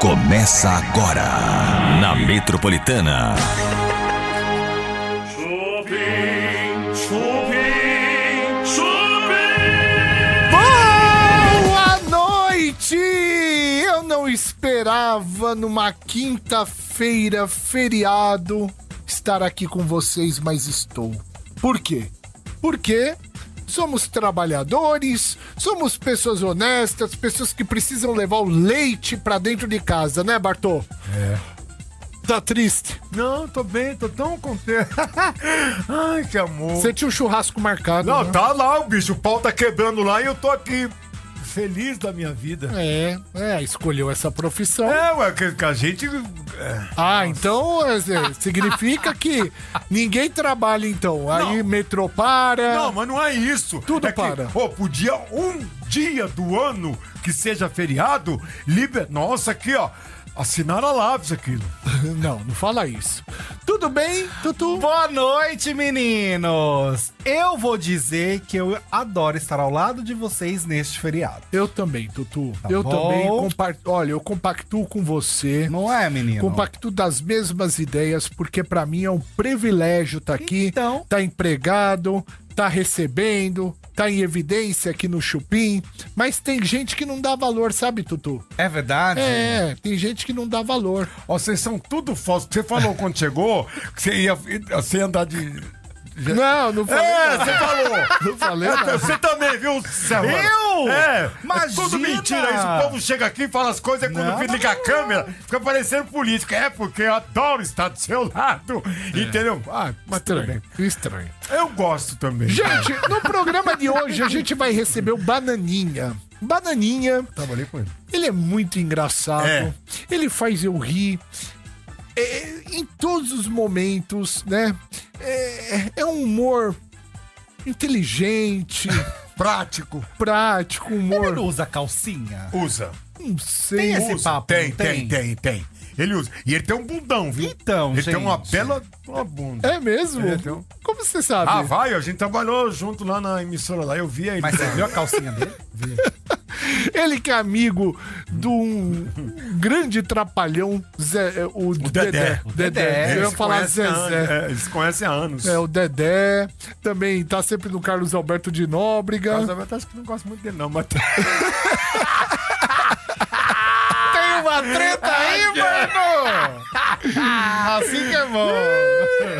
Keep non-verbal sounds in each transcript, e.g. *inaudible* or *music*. Começa agora na Metropolitana. Chupim, chupim, chupim. Boa noite! Eu não esperava numa quinta-feira, feriado, estar aqui com vocês, mas estou. Por quê? Porque somos trabalhadores, somos pessoas honestas, pessoas que precisam levar o leite pra dentro de casa, né, Bartô? É. Tá triste. Não, tô bem, tô tão contente. *laughs* Ai, que amor. Você tinha um churrasco marcado. Não, né? tá lá o bicho, o pau tá quebrando lá e eu tô aqui feliz da minha vida. É, é, escolheu essa profissão. É, ué, que, que a gente. é. Ah, então é, é, significa que ninguém trabalha então. Aí metrô para. Não, mas não é isso. Tudo é que, para. Pô, podia um dia do ano que seja feriado, liber... Nossa, aqui, ó. Assinaram a lápis aquilo. *laughs* não, não fala isso. Tudo bem, Tutu? Boa noite, meninos! Eu vou dizer que eu adoro estar ao lado de vocês neste feriado. Eu também, Tutu. eu Tá bom. também compartilho. Olha, eu compactuo com você. Não é, menino? Compacto das mesmas ideias, porque pra mim é um privilégio estar aqui, Então. tá empregado, tá recebendo, tá em evidência aqui no Chupim, mas tem gente que não dá valor, sabe, Tutu? É verdade? É, tem gente que não dá valor. Ó, vocês são tudo falso. Você falou quando *laughs* chegou que você ia, você ia andar de. Não, não falei. É, nada. você falou! Não falei nada. Você também, viu, Serrano? Eu? né? É. Imagina! É tudo mentira isso. O povo chega aqui e fala as coisas e quando Não. liga a câmera, fica parecendo político. É porque eu adoro estar do seu lado. É. Entendeu? Ah, mas tudo bem. Estranho, estranho. Eu gosto também. Gente, no programa de hoje a gente vai receber o Bananinha. Bananinha, Trabalhei com ele. ele é muito engraçado, É. ele faz eu rir. É, em todos os momentos, né? É, é um humor inteligente, *laughs* Prático. prático, Ele não humor. usa calcinha? Usa. Não sei. Tem esse usa. papo, tem, não tem, tem, tem. Ele usa. E ele tem um bundão, viu? Então, Ele gente. tem uma bela uma bunda. É mesmo? É, tem um- Como você sabe? Ah, vai, a gente trabalhou junto lá na emissora lá, eu via ele. Mas você viu a calcinha dele? Ele que é amigo de um grande trapalhão, Zé- é, o, Dedé. Dedé. Dedé. Dedé. Eu Eles ia se falar conhecem há Zezé. anos. É, eles se conhecem há anos. É, o Dedé. Também tá sempre no Carlos Alberto de Nóbrega. Mas eu acho que não gosto muito dele, não, mas. tá- Tem uma treta Ah, aí, *laughs* mano! Assim que é bom!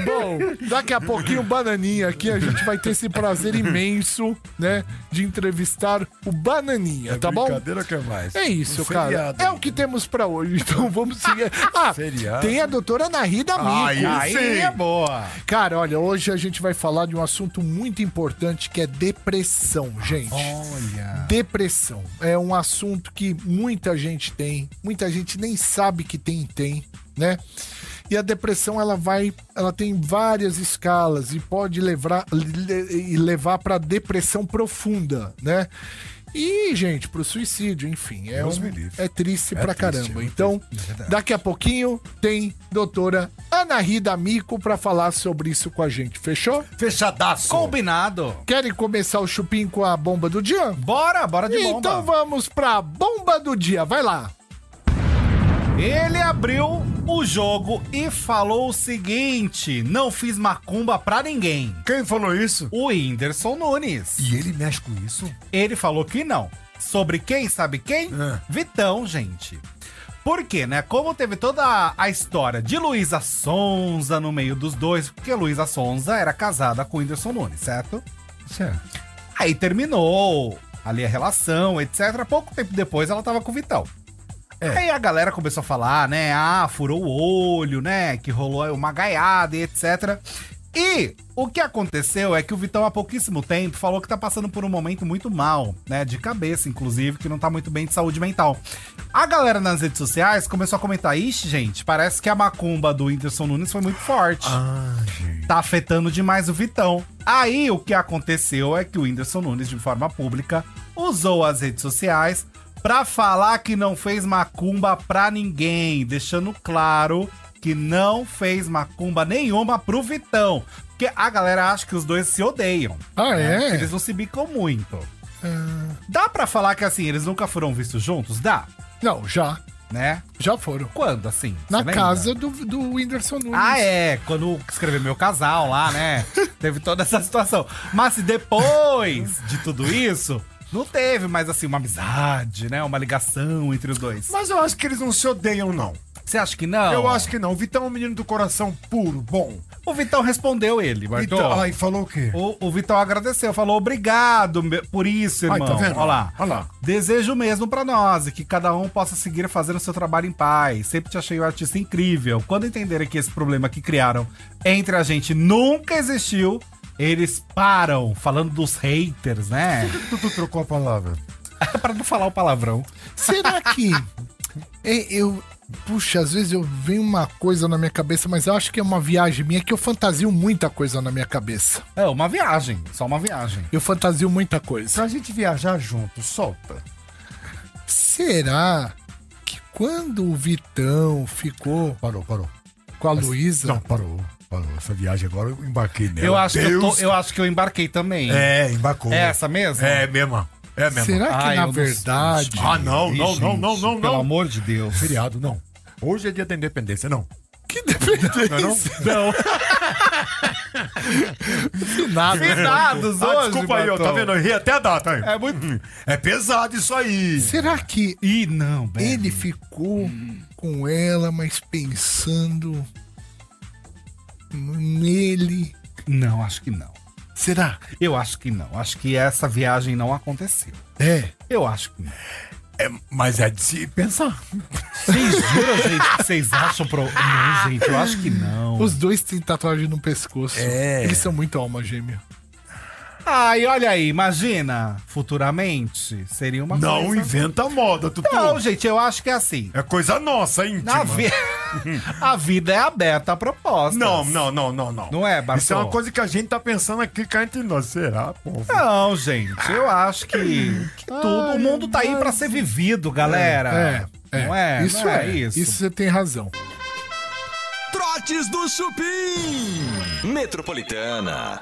Bom, daqui a pouquinho, Bananinha aqui, a gente vai ter esse prazer imenso, né, de entrevistar o Bananinha, tá bom? Brincadeira que é mais. É isso, Um cara. feriado. É o que temos pra hoje, *laughs* então vamos seguir. Ah, Feriado. Ah, tem a doutora Narida Mico. Aí Aí sim. é boa! Cara, olha, hoje a gente vai falar de um assunto muito importante que é depressão, gente. Olha! Depressão é um assunto que muita gente tem, muita gente nem sabe que tem, tem, né? E a depressão ela vai, ela tem várias escalas e pode levar le- e levar para depressão profunda, né? E, gente, pro suicídio, enfim, é, Deus um- me livre. é triste pra triste, é caramba. muito Então, daqui a pouquinho tem doutora Ana Rida Mico pra falar sobre isso com a gente. Fechou? Fechadaço. Combinado! Querem começar o chupim com a bomba do dia? Bora, bora de bomba! Então vamos pra bomba do dia, vai lá. Ele abriu o jogo e falou o seguinte: não fiz macumba pra ninguém. Quem falou isso? O Whindersson Nunes. E ele mexe com isso? Ele falou que não. Sobre quem, sabe quem? É. Ah. Vitão, gente. Por quê, né? Como teve toda a- a história de Luísa Sonza no meio dos dois, porque Luísa Sonza era casada com o Whindersson Nunes, certo? Certo. Aí terminou ali a relação, etc. Pouco tempo depois ela tava com o Vitão. Aí a galera começou a falar, né? Ah, furou o olho, né? Que rolou uma gaiada e etc. E o que aconteceu é que o Vitão, há pouquíssimo tempo, falou que tá passando por um momento muito mal, né? De cabeça, inclusive, que não tá muito bem de saúde mental. A galera nas redes sociais começou a comentar: ixi, gente, parece que a macumba do Whindersson Nunes foi muito forte Ah, gente. tá afetando demais o Vitão. Aí o que aconteceu é que o Whindersson Nunes, de forma pública, usou as redes sociais pra falar que não fez macumba pra ninguém, deixando claro que não fez macumba nenhuma pro Vitão. Porque a galera acha que os dois se odeiam. Ah, É. né? Eles não se bicam muito. Dá pra falar que assim, eles nunca foram vistos juntos? Dá. Não, já. né? Já foram. Quando, assim? Na Você lembra? casa do, do Whindersson Nunes. Ah, é. Quando escreveu meu casal *laughs* lá, né? teve toda essa situação. Mas se depois de tudo isso, não teve mais assim uma amizade, né? Uma ligação entre os dois. Mas eu acho que eles não se odeiam, não. Você acha que não? Eu acho que não. O Vitão é um menino do coração puro, bom. O Vitão respondeu ele, Bartô. Então, aí falou o quê? O, o Vitão agradeceu, falou obrigado me- por isso, Ai, irmão. tá vendo? Olha lá. Olha lá. Desejo mesmo pra nós e que cada um possa seguir fazendo seu trabalho em paz. Sempre te achei um artista incrível. Quando entenderem que esse problema que criaram entre a gente nunca existiu, eles param, falando dos haters, né? *laughs* Tu trocou a palavra. Pra não falar o palavrão. Será *laughs* que. É, eu. Puxa, às vezes eu venho uma coisa na minha cabeça, mas eu acho que é uma viagem minha que eu fantasio muita coisa na minha cabeça. É uma viagem, só uma viagem. Eu fantasio muita coisa. Pra gente viajar junto, solta. Será que quando o Vitão ficou Parou, parou. com a Luísa. Não, parou. Parou. Essa viagem agora eu embarquei nela. Eu acho, que eu, tô- Deus. eu acho que eu embarquei também. É, embarcou. É essa mesmo? É mesmo. É mesmo. Será que Ai, eu na não- verdade. Ah, não, Ih, não, gente, não, não, não, não. Pelo amor de Deus. Feriado, não. Hoje é dia da independência, não. *laughs* Que dependência. Não, *laughs* Ah, Não. Nada. Finados hoje, Ah, desculpa aí, ó. Bartô. Tá vendo? Eu errei até a data aí. É muito... É pesado isso aí. Será que Ih, não, velho. ele ficou com ela, mas pensando nele? Não, acho que não. Será? Eu acho que não. Acho que essa viagem não aconteceu. É. Eu acho que não. é mas é de se pensar. Vocês juram, gente, que vocês acham pro. Não, gente, eu acho que não. Os dois têm tatuagem no pescoço. É. Eles são muito alma gêmea. Ai, olha aí, imagina. Futuramente seria uma não coisa. inventa moda, Tutu. Não, gente, eu acho que é assim. É coisa nossa, íntima. Na vi... *laughs* a vida é aberta a propostas. Não, não, não, não, não. Não é, Bartô? Isso é uma coisa que a gente tá pensando aqui cá entre nós. Será, povo? Não, gente, eu acho que, que tudo, o mundo tá aí pra ser vivido, galera. Não é? Isso Não é. isso. você tem razão. Trotes do Chupim. Metropolitana.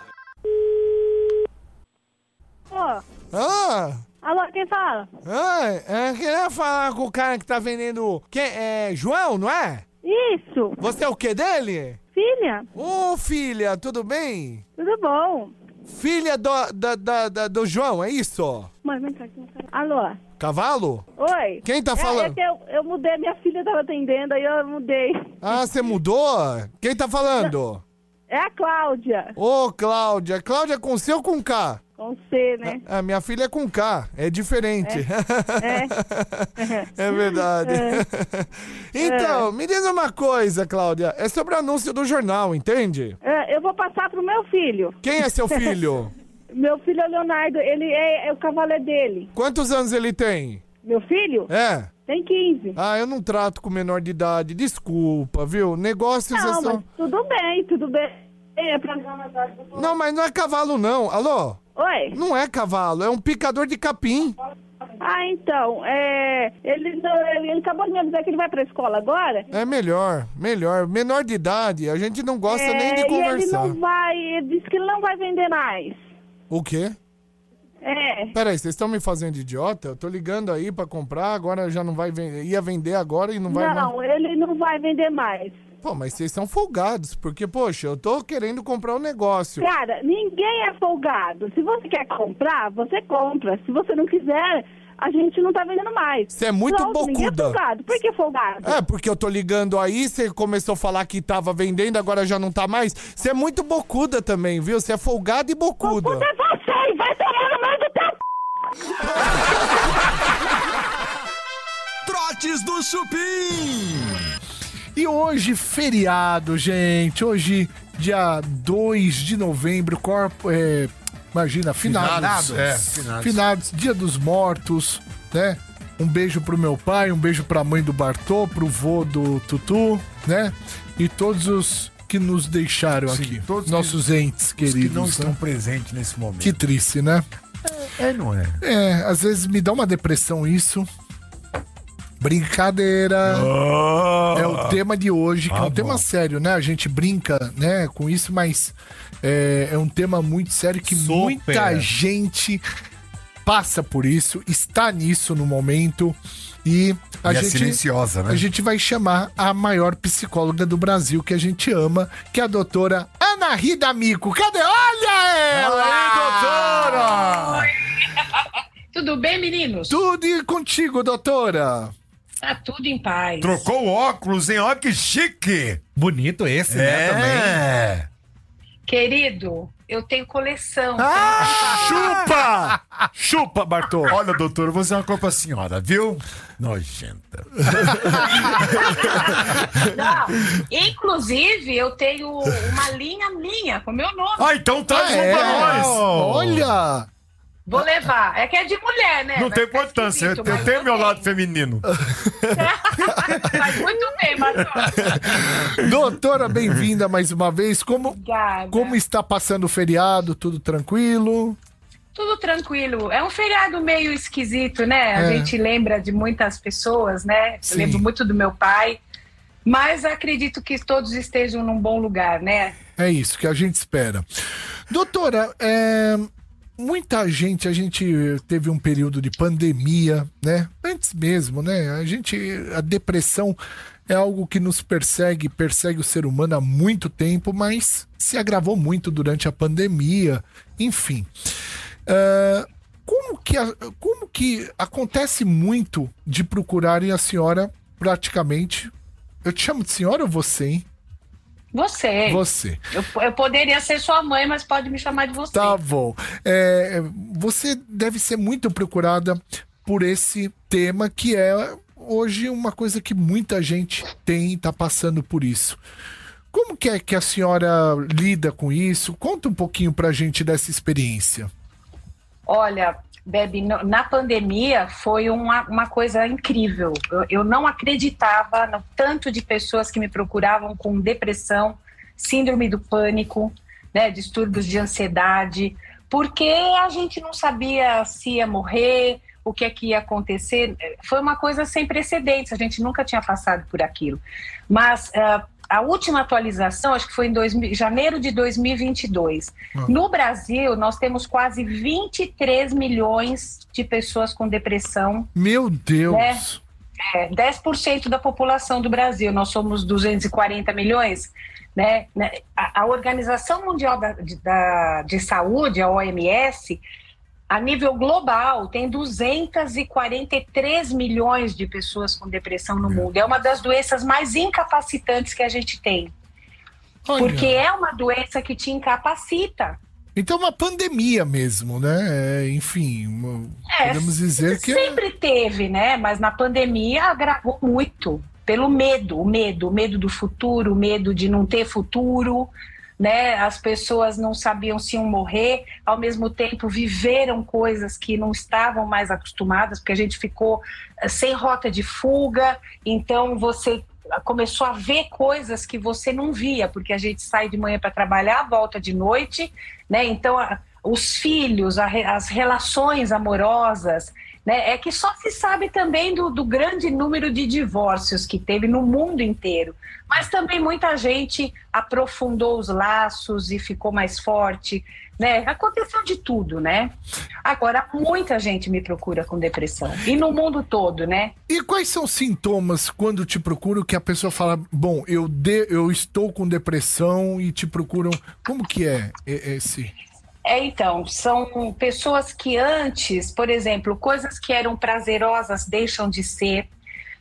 Ô, Ah, alô, quem fala? ah, é, queria falar com o cara que tá vendendo. Que, é João, não é? Isso, Você é o que dele? filha, Ô filha, tudo bem? tudo bom? Filha do, da, da- da- do João, é isso? Mãe, vem cá. vem cá. Alô, Cavalo? oi. Quem tá É, falando? É, que eu, eu mudei, minha filha tava atendendo, aí eu mudei. Ah, você mudou? Quem tá falando? É a Cláudia, Ô, Cláudia. Cláudia com C ou com K? com C, né? A minha filha é com K, é diferente. *laughs* É. É, verdade. *laughs* Então, me diz uma coisa, Cláudia. É sobre o anúncio do jornal, entende? É, eu vou passar pro meu filho. Quem é seu filho? Meu filho é o Leonardo, ele é, é o cavaleiro dele. Quantos anos ele tem? Meu filho É. tem 15. Ah, eu não trato com menor de idade. Desculpa, viu? Negócios é Não, só. mas tudo bem, tudo bem. É pra... Não, mas não é cavalo, não. Alô? Oi? Não é cavalo, é um picador de capim. Ah, então, é, ele, não- ele ele acabou de me avisar que ele vai pra escola agora. É melhor, melhor. Menor de idade, a gente não gosta É, nem de E ele conversar. não vai, ele disse que ele não vai vender mais. O quê? É, Peraí, vocês estão me fazendo de idiota? Eu tô ligando aí pra comprar, agora já não vai vender. Ia vender agora e não vai mais. não, ele não vai vender mais. Pô, mas vocês são folgados, porque, poxa, eu tô querendo comprar um negócio. Cara, ninguém é folgado. Se você quer comprar, você compra. Se você não quiser, a gente não tá vendendo mais. Você é muito Pronto, ninguém é bocuda. folgado. Por que folgado? É, porque eu tô ligando aí, você começou a falar que tava vendendo, agora já não tá mais. Você é muito bocuda também, viu? Você é folgada e bocuda. Bocuda é você, vai tomar no meio do teu Trotes do Chupim. E hoje, feriado, gente. Hoje, dia 2 de novembro, corpo. é, imagina, finados. Finados, é, finados. Finados, dia dos mortos, né? Um beijo pro meu pai, um beijo pra mãe do Bartô, pro vô do Tutu, né? E todos os que nos deixaram Sim, aqui. todos nossos entes Os queridos. que não estão né? presentes nesse momento. Que triste, né? É, não é? É, às vezes me dá uma depressão isso. Brincadeira. Ah! É o tema de hoje, que é um bom. tema sério, né? A gente brinca, né, com isso, mas é, é um tema muito sério que Super. muita gente passa por isso, está nisso no momento. E a E é gente silenciosa, né? A gente vai chamar a maior psicóloga do Brasil que a gente ama, que é a doutora Ana Rida Mico. Cadê? Olha ela! doutora! Tudo bem, meninos? Tudo e contigo, doutora. Tá tudo em paz. Trocou o óculos, hein? Olha que chique! Bonito esse, né? Também. É. Querido, eu tenho coleção. Ah! tá? Chupa! Chupa, Bartô! Olha, doutor, eu vou fazer uma coisa pra senhora, viu? Nojenta. Não, inclusive, eu tenho uma linha minha com meu nome. Ah, então traz um pra nós! é? Olha! Vou levar. É que é de mulher, né? Não Vai tem ficar importância, eu, esquisito, eu mas tenho eu meu tenho. lado feminino. Faz muito bem, Matheus. Doutora, bem-vinda mais uma vez. Como, Obrigada. como está passando o feriado? Tudo tranquilo? Tudo tranquilo. É um feriado meio esquisito, né? A É. gente lembra de muitas pessoas, né? Eu Sim. lembro muito do meu pai. Mas acredito que todos estejam num bom lugar, né? É isso que a gente espera. Doutora, é, muita gente, a gente teve um período de pandemia, né? Antes mesmo, né? A gente, a depressão é algo que nos persegue, persegue o ser humano há muito tempo, mas se agravou muito durante a pandemia, enfim. É, como, que a- como que acontece muito de procurarem a senhora praticamente... Eu te chamo de senhora ou você, hein? Você. Você. Eu, eu poderia ser sua mãe, mas pode me chamar de você. Tá bom. É, você deve ser muito procurada por esse tema que é hoje uma coisa que muita gente tem e tá passando por isso. Como que é que a senhora lida com isso? Conta um pouquinho pra gente dessa experiência. Olha, Bebe, no- na pandemia foi uma, uma coisa incrível. Eu, eu não acreditava no tanto de pessoas que me procuravam com depressão, síndrome do pânico, né, distúrbios de ansiedade, porque a gente não sabia se ia morrer, o que é que ia acontecer. Foi uma coisa sem precedentes, a gente nunca tinha passado por aquilo. Mas ah, a última atualização, acho que foi em dois mil- janeiro de 2022. No Brasil, nós temos quase 23 milhões de pessoas com depressão, Meu Deus! é, 10% da população do Brasil. Nós somos 240 milhões. Né? Né? A, a Organização Mundial da, de, da- de Saúde, a OMS, a nível global, tem 243 milhões de pessoas com depressão no mundo. É uma das doenças mais incapacitantes que a gente tem, Olha, porque é uma doença que te incapacita. Então é uma pandemia mesmo, né? É, enfim, uma- É, podemos dizer que é Sempre teve, né? Mas na pandemia agravou muito. Pelo medo, o medo, o medo do futuro, o medo de não ter futuro, né? As pessoas não sabiam se iam morrer, ao mesmo tempo viveram coisas que não estavam mais acostumadas, porque a gente ficou eh, sem rota de fuga, então você começou a ver coisas que você não via, porque a gente sai de manhã para trabalhar, volta de noite, né? Então a- os filhos, a re- as relações amorosas, né? É que só se sabe também do, do grande número de divórcios que teve no mundo inteiro, mas também muita gente aprofundou os laços e ficou mais forte, né? Aconteceu de tudo, né? Agora muita gente me procura com depressão e no mundo todo, né? E quais são os sintomas quando te procuram que a pessoa fala, bom, eu, de, eu estou com depressão e te procuram. Como que é e- esse? É, então, são pessoas que antes, por exemplo, coisas que eram prazerosas deixam de ser,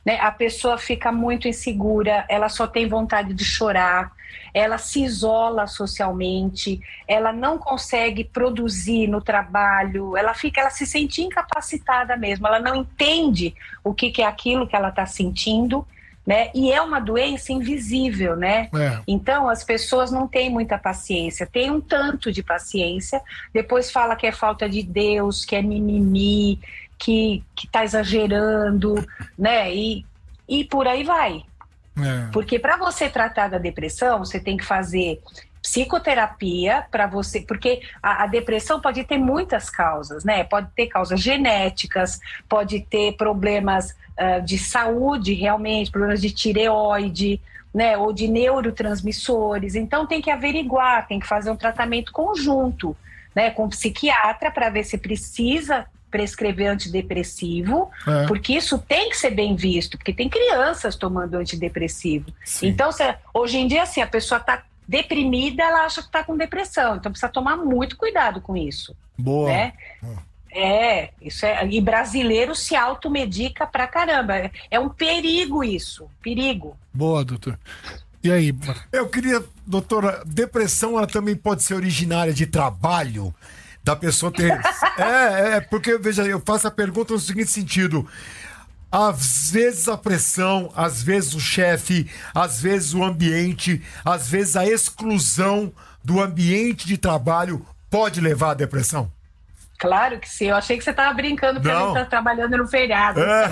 né? A pessoa fica muito insegura, ela só tem vontade de chorar, ela se isola socialmente, ela não consegue produzir no trabalho, ela fica, ela se sente incapacitada mesmo, ela não entende o que, que é aquilo que ela está sentindo, né? E é uma doença invisível, né? É, Então, as pessoas não têm muita paciência, tem um tanto de paciência, depois fala que é falta de Deus, que é mimimi, que, que tá exagerando, né? E, e por aí vai. é. Porque para você tratar da depressão, você tem que fazer psicoterapia para você, porque a, a depressão pode ter muitas causas, né? Pode ter causas genéticas, pode ter problemas ah, de saúde realmente, problemas de tireoide, né? Ou de neurotransmissores. Então tem que um averiguar, tem que fazer um tratamento conjunto, né? Com o psiquiatra para ver se precisa prescrever antidepressivo, É. porque isso tem que ser bem visto, porque tem crianças tomando antidepressivo. Então, se- hoje em dia, assim, a pessoa está deprimida, ela acha que está com depressão. Então, precisa tomar muito cuidado com isso, Boa. né? É, isso é. E brasileiro se automedica pra caramba. É um perigo isso, perigo. Boa, doutor. E aí? Bora. Eu queria, doutora, depressão ela também pode ser originária de trabalho? Da pessoa ter. é, é, porque, veja, eu faço a pergunta no seguinte sentido. Às vezes a pressão, às vezes o chefe, às vezes o ambiente, às vezes a exclusão do ambiente de trabalho pode levar à depressão. Claro que sim. Eu achei que você tava brincando porque Não. ele tá trabalhando no feriado. É,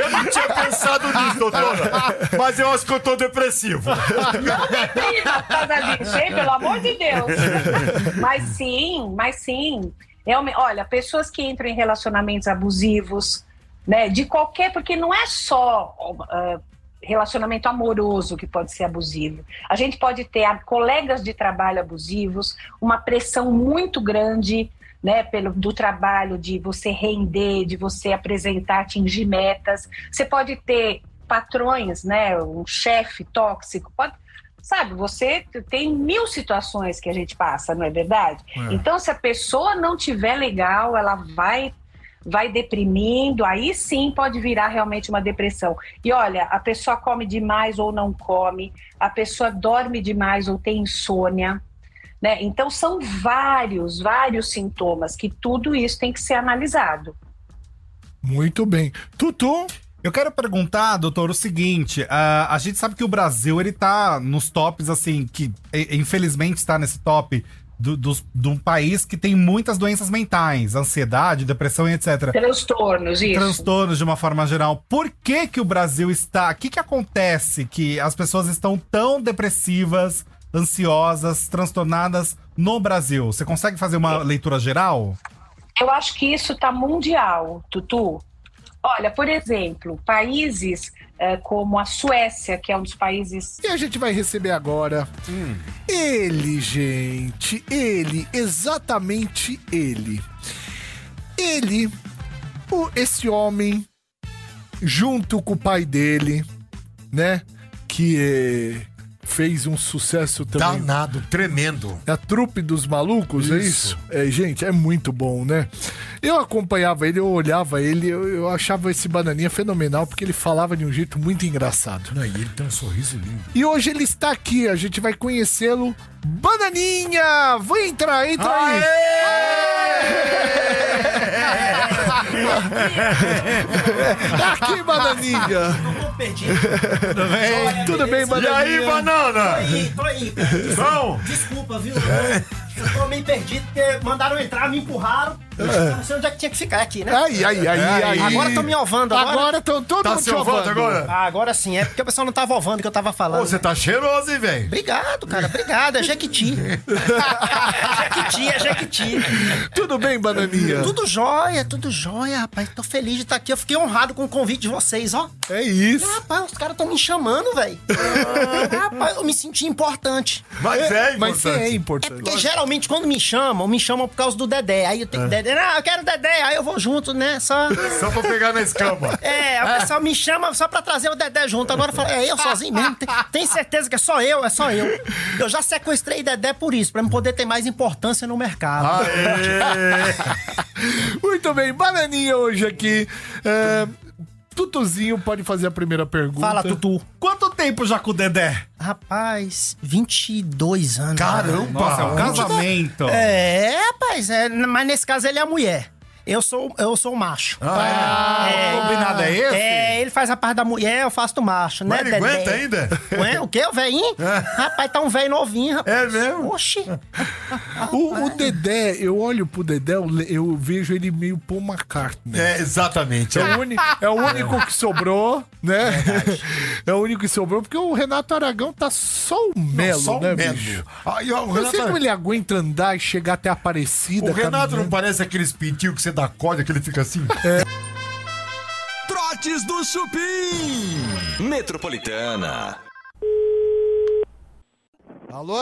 Eu não tinha pensado nisso, doutora, mas eu acho que eu tô depressivo. Não me prima por causa disso, hein? Pelo amor de Deus. Mas sim, mas sim. Realme- olha, pessoas que entram em relacionamentos abusivos, né? De qualquer, porque não é só ó, ah, relacionamento amoroso que pode ser abusivo. A gente pode ter ah, colegas de trabalho abusivos, uma pressão muito grande. Né, pelo, do trabalho, de você render, de você apresentar, atingir metas. Você pode ter patrões, né, um chefe tóxico, pode, sabe, você tem mil situações que a gente passa, não é verdade? Então, se a pessoa não tiver legal, ela vai vai deprimindo, aí sim pode virar realmente uma depressão. E olha, a pessoa come demais ou não come, a pessoa dorme demais ou tem insônia, né? Então são vários, vários sintomas que tudo isso tem que ser analisado. Muito bem. Tutu, Eu quero perguntar, doutor, o seguinte: ah, a gente sabe que o Brasil ele tá nos tops, assim, que e- infelizmente está nesse top do, dos- de um país que tem muitas doenças mentais, ansiedade, depressão e etc. Transtornos, isso. transtornos de uma forma geral. Por que que o Brasil está? O que que acontece que as pessoas estão tão depressivas, ansiosas, transtornadas no Brasil? Você consegue fazer uma leitura geral? Eu acho que isso está mundial, Tutu. Olha, por exemplo, países eh, como a Suécia, que é um dos países. e a gente vai receber agora ele, gente, ele, exatamente ele. Ele, o, esse homem, junto com o pai dele, né, que eh, fez um sucesso também Danado, tremendo. É a trupe dos malucos, é isso? É, gente, é muito bom, né? Eu acompanhava ele, eu olhava ele, eu, eu achava esse bananinha fenomenal, porque ele falava de um jeito muito engraçado. né? Não, e ele tem um sorriso lindo. E hoje ele está aqui, a gente vai conhecê-lo. Bananinha! Vem entrar, entra aí! Tá *laughs* Aqui, bananinha! Tô perdido. Tudo bem? Tudo bem, E aí, bananinha? banana? Tô aí, tô aí. Bom, Desculpa, viu? Eu, eu tô meio perdido porque mandaram entrar, me empurraram. Eu não sei onde é que tinha que ficar aqui, né? Ai, ai, ai, ai. Agora estão me ovando agora. Agora estão todo É tá mundo te seu voto ovando. agora? Ah, agora sim, é porque o pessoal não tava ovando que eu tava Pô, falando. você tá cheiroso, hein, velho? Obrigado, cara. Obrigado. É *laughs* Jequiti. Jequiti, é Jequiti. Tudo bem, bananinha? Tudo jóia, tudo jóia, rapaz. Tô feliz de estar aqui. Eu fiquei honrado com o convite de vocês, ó. É isso. Rapaz, os caras estão me chamando, velho. Rapaz, eu me senti importante. Mas é, Mas você é importante. É importante. porque geralmente quando me chamam, me chamam por causa do Dedé. Aí eu tenho É. que Dedé, ah, eu quero Dedé, aí eu vou junto, né? Só. Só pra pegar na escama. É, o pessoal me chama só pra trazer o Dedé junto. Agora eu falo, é eu sozinho mesmo. Tem, tem certeza que é só eu, é só eu. Eu já sequestrei Dedé por isso, pra eu poder ter mais importância no Ah, mercado. Muito bem, bananinha hoje aqui. É, Tutuzinho pode fazer a primeira pergunta. Fala, então. Tutu. Quanto tempo já com o Dedé? Rapaz, 22 anos. Caramba! Nossa, é um casamento. É, rapaz, é, mas nesse caso ele é a mulher. Eu sou, eu sou o macho. Ah, É. o combinado é esse? É, ele faz a parte da mulher, eu faço do macho, né, Mas ele Dedé? aguenta ainda? Ué, o quê? O velhinho? Rapaz, tá um velho novinho, rapaz. É mesmo? Oxi. O, o Dedé, eu olho pro Dedé, eu, le- eu vejo ele meio Paul McCartney. É, exatamente. É o, uni- é o único que sobrou, né? É, o único que sobrou, porque o Renato Aragão tá só o melo, só o né, Melo. bicho? Ah, e, ó, o Eu não sei como Renato, ele aguenta andar e chegar até a Aparecida. o Renato não caminhando. parece aqueles pintinhos que você dá corda que ele fica assim? Trotes do Chupim. Metropolitana. é Alô?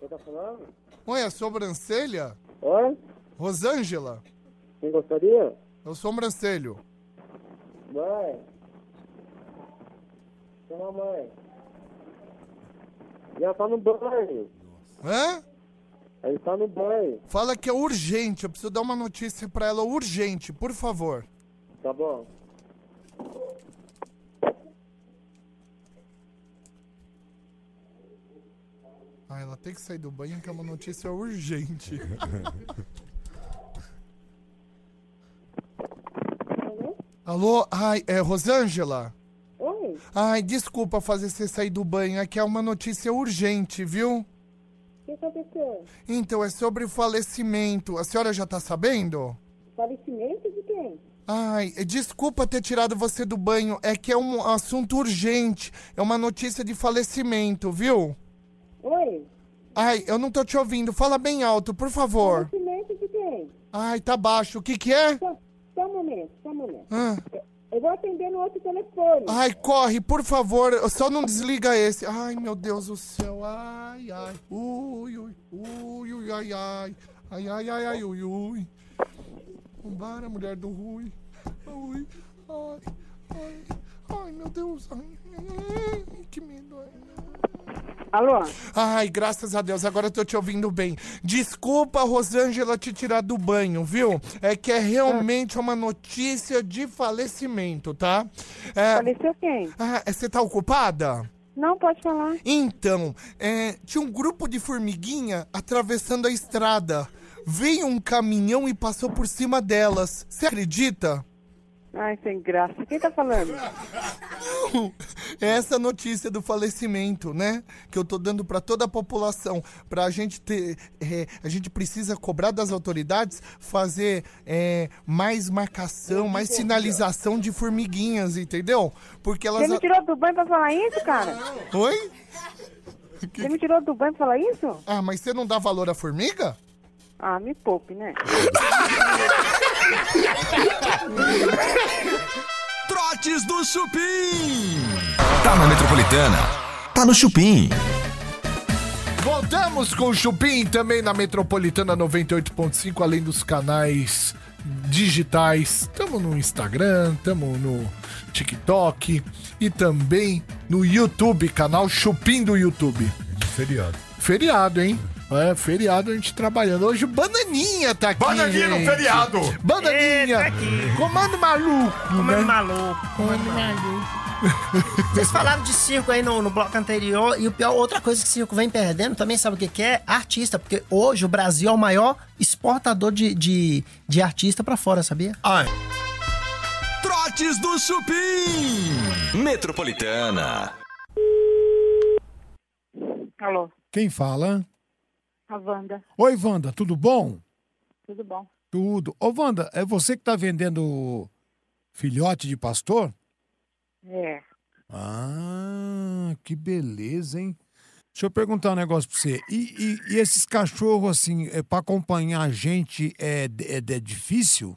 Você tá falando? Oi, a sobrancelha? Oi? Rosângela, Quem gostaria? é o sobrancelho. Mãe. Chama a mãe. E ela tá no banho. Hã? Ela tá no banho. Fala que é urgente, eu preciso dar uma notícia pra ela urgente, por favor. Tá bom. Ah, ela tem que sair do banho que é uma notícia urgente. Alô? Ai, é Rosângela? Oi. Ai, desculpa fazer você sair do banho, é que é uma notícia urgente, viu? O que aconteceu? Então, é sobre o falecimento. A senhora já tá sabendo? Falecimento de quem? Ai, eh, desculpa ter tirado você do banho, é que é um assunto urgente, é uma notícia de falecimento, viu? Oi. Ai, eu não tô te ouvindo, fala bem alto, por favor. Falecimento de quem? Ai, tá baixo, o que que é? Só, só um momento, só um momento. Ah. Eu vou atender no outro telefone. Ai, corre, por favor, só não desliga esse. Ai, meu Deus do céu, ai, ai, ui, ui, ui, ui, ai, ai, ai, ai, ai, ai, ui, ui. Vambora, mulher do Rui. Ui, ai, ai, ai, meu Deus, ai, ai, ai, que medo. Ai. Alô? ai, graças a Deus, agora eu tô te ouvindo bem. Desculpa, Rosângela, te tirar do banho, viu? É que é realmente uma notícia de falecimento, tá? É, Faleceu quem? ah, você tá ocupada? Não, pode falar. Então, é, tinha um grupo de formiguinha atravessando a estrada. Veio um caminhão e passou por cima delas. Você acredita? Ai, sem graça. Quem tá falando? É essa notícia do falecimento, né? Que eu tô dando pra toda a população, pra gente ter, é, a gente precisa cobrar das autoridades fazer é, mais marcação, mais sinalização de formiguinhas, entendeu? Porque Você elas, me tirou do banho pra falar isso, cara? Ah, oi? Você me tirou do banho pra falar isso? Ah, mas você não dá valor à formiga? Ah, me poupe, né? Trotes do Chupim. Tá na Metropolitana. Tá no Chupim. Voltamos com o Chupim também na Metropolitana 98.5, além dos canais digitais. Tamo no Instagram, tamo no TikTok e também no YouTube, canal Chupim do YouTube. Feriado. Feriado, hein? É, feriado a gente trabalhando. Hoje o Bananinha tá aqui. Bananinha no gente. feriado! Bananinha! Eita, aqui. Comando maluco, Comando né? maluco. Comando maluco. Vocês falaram de circo aí no, no bloco anterior e o pior, outra coisa que o circo vem perdendo também, sabe o que, que é? Artista, porque hoje o Brasil é o maior exportador de, de, de artista pra fora, sabia? Ah, Trotes do Chupim. Metropolitana. Alô, quem fala? a Wanda, Oi, Wanda, tudo bom? tudo bom? Tudo. Ô, Wanda, é você que tá vendendo filhote de pastor? É, Ah, que beleza, hein? Deixa eu perguntar um negócio pra você. E, e- e esses cachorros, assim, é, pra acompanhar a gente é, d- é, d- é difícil?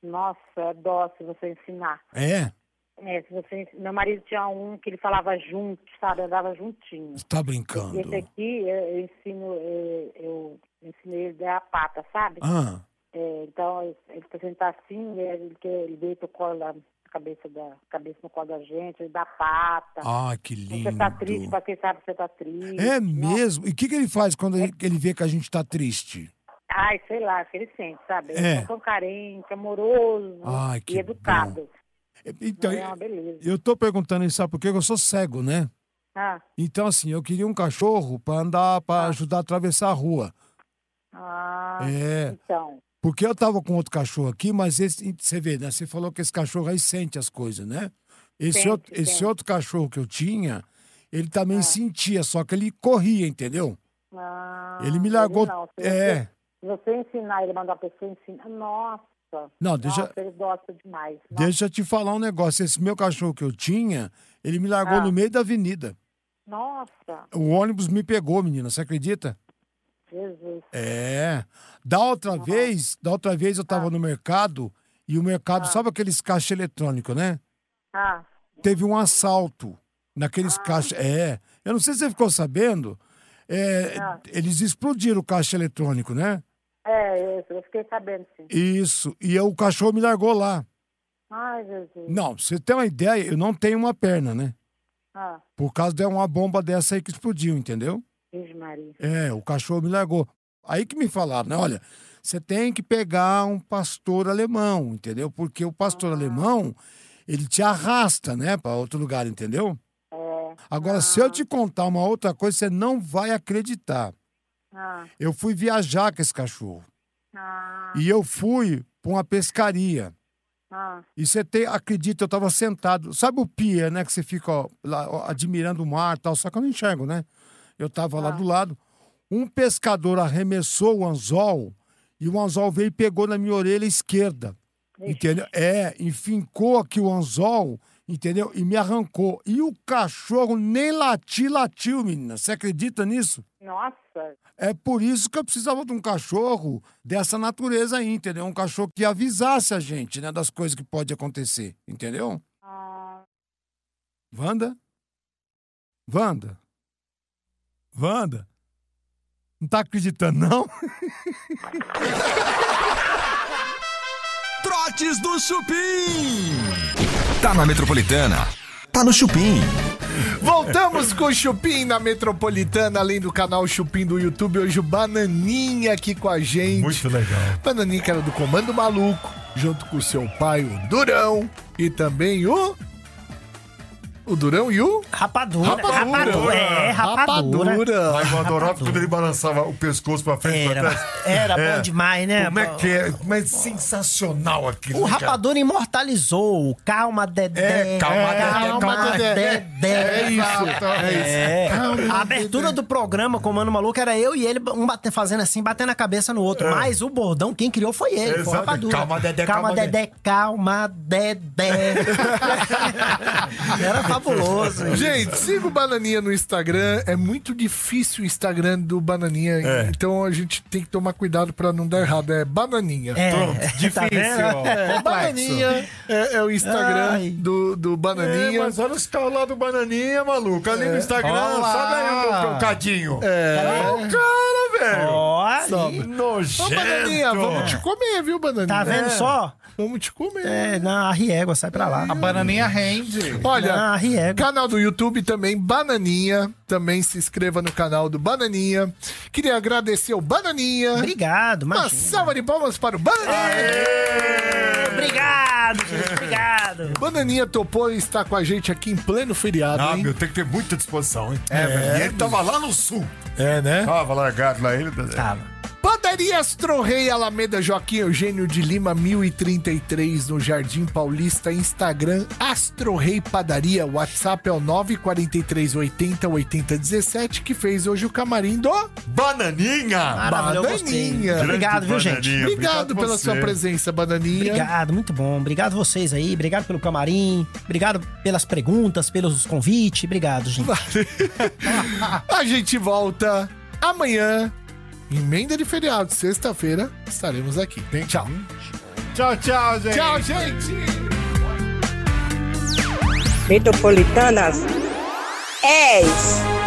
nossa, é dó se você ensinar. É? É, se você... ens- Meu marido tinha um que ele falava junto, sabe? Andava juntinho. Você tá brincando? Esse aqui, é, eu ensino, é, eu ensinei ele a dar a pata, sabe? Ah, É, então, ele tá sentado assim, é, ele, quer, ele deita o colo na cabeça, da, cabeça no colo da gente, ele dá pata. ah, que lindo. Você tá triste, pra quem sabe que você tá triste. É Nossa, mesmo? E o que, que ele faz quando ele, que ele vê que a gente tá triste? Ai, sei lá, que ele sente, sabe? Eles É. são tão carente, amoroso Ai, que e educado. É, Então, é uma beleza. eu tô perguntando isso, sabe por quê? Porque eu sou cego, né? Ah, Então, assim, eu queria um cachorro pra andar, pra ajudar a atravessar a rua. ah, É. então. Porque eu tava com outro cachorro aqui, mas esse, você vê, né? Você falou que esse cachorro aí sente as coisas, né? Esse, Sente, outro, esse sente. outro cachorro que eu tinha, ele também sentia, só que ele corria, entendeu? Ah, Ele me largou- não, se é. Você, se você ensinar ele, mandar a pessoa ensinar. Nossa. Não, deixa- Nossa, ele gosta demais. Nossa, Deixa eu te falar um negócio. Esse meu cachorro que eu tinha, ele me largou Ah. no meio da avenida. nossa, O ônibus me pegou, menina, você acredita? Jesus. É. Da outra vez, da outra vez eu tava no mercado e o mercado, sabe aqueles caixas eletrônicos, né? Ah, Teve um assalto naqueles caixas. É. Eu não sei se você ficou sabendo. é, Eles explodiram o caixa eletrônico, né? É, isso, eu fiquei sabendo, sim. Isso. E eu- o cachorro me largou lá. Ai, Jesus. Não, pra você tem uma ideia, eu não tenho uma perna, né? Ah, Por causa de uma bomba dessa aí que explodiu, entendeu? Virgem Maria. É, o cachorro me largou. Aí que me falaram, né? Olha, você tem que pegar um pastor alemão, entendeu? Porque o pastor alemão, ele te arrasta, né, Pra outro lugar, entendeu? Agora, se eu te contar uma outra coisa, você não vai acreditar. Ah, Eu fui viajar com esse cachorro. ah, E eu fui pra uma pescaria. ah. E você tem, acredita, eu tava sentado. Sabe o pier, né? Que você fica ó, lá, ó, admirando o mar e tal, só que eu não enxergo, né? Eu tava Ah. lá do lado. Um pescador arremessou o anzol e o anzol veio e pegou na minha orelha esquerda. Entendeu? É, e fincou aqui o anzol, entendeu? E me arrancou. E o cachorro nem latir, latiu, menina. Você acredita nisso? Nossa. É por isso que eu precisava de um cachorro dessa natureza aí, entendeu? Um cachorro que avisasse a gente, né, das coisas que pode acontecer, entendeu? Wanda? Wanda? Wanda? Não tá acreditando, não? *laughs* Trotes do Chupim. Tá na Metropolitana. Tá no Chupim. Voltamos com o Chupim na Metropolitana, além do canal Chupim do YouTube. Hoje o Bananinha aqui com a gente. Muito legal. Bananinha que era do Comando Maluco, junto com o seu pai, o Durão, e também o... O Durão e o... Rapadura. Rapadura. É, rapadura. Aí eu adorava quando ele balançava o pescoço pra frente e pra Era- trás. é, era bom demais, né? Como é que é? Mas sensacional aquilo. O né, cara? Rapadura imortalizou o Calma Dedé. É, Calma, Dedé, Calma Calma, Dedé. Dedé. É isso, é É. A abertura do programa Comando Maluco era eu e ele, um bate- fazendo assim, batendo a cabeça no outro. Mas o bordão, quem criou foi ele, foi Exato. o Rapadura. Calma, Dedé, Calma, calma, Dedé, calma, Dedé. era fabuloso. Gente, siga o Bananinha no Instagram. É muito difícil o Instagram do Bananinha. Então a gente tem que tomar cuidado pra não dar errado. É Bananinha. É, tá Difícil. vendo? É, Bananinha é, é o Ai. Instagram do, do É, Bananinha. mas olha os caras lá do Bananinha, maluco. Ali no É. Instagram, Olá. sabe aí o trocadinho. É. o cara, velho. Ó, ali. Ô, Bananinha, vamos te Nojento. comer, viu, Bananinha? É. Tá vendo só? Vamos te comer. É, na Riegua, sai pra lá. A bananinha rende. Olha, Ah, riego. canal do YouTube também, Bananinha. Também se inscreva no canal do Bananinha. Queria agradecer o Bananinha. Obrigado, Uma mas. salva de palmas para o Bananinha. Obrigado, gente, obrigado. Bananinha topou estar com a gente aqui em pleno feriado, Ah, hein? meu, tem que ter muita disposição, hein? É, velho. E ele tava lá no sul. É, né? Tava largado lá ele. Tava. Padaria Astro Rei Alameda Joaquim Eugênio de Lima 1033 no Jardim Paulista, Instagram Astro Rei Padaria, WhatsApp é o 943808017 que fez hoje o camarim do Bananinha! Maravilha, eu gostei. Bananinha. Obrigado, viu, Grande gente? bananinha. Obrigado obrigado pela você. sua presença, Bananinha. Obrigado, muito bom. Obrigado vocês aí. Obrigado pelo camarim. Obrigado pelas perguntas, pelos convites. Obrigado, gente. A gente volta amanhã. Emenda de feriado, sexta-feira, estaremos aqui. Tchau. Tchau, tchau, gente. Tchau, gente. Metropolitanas 10.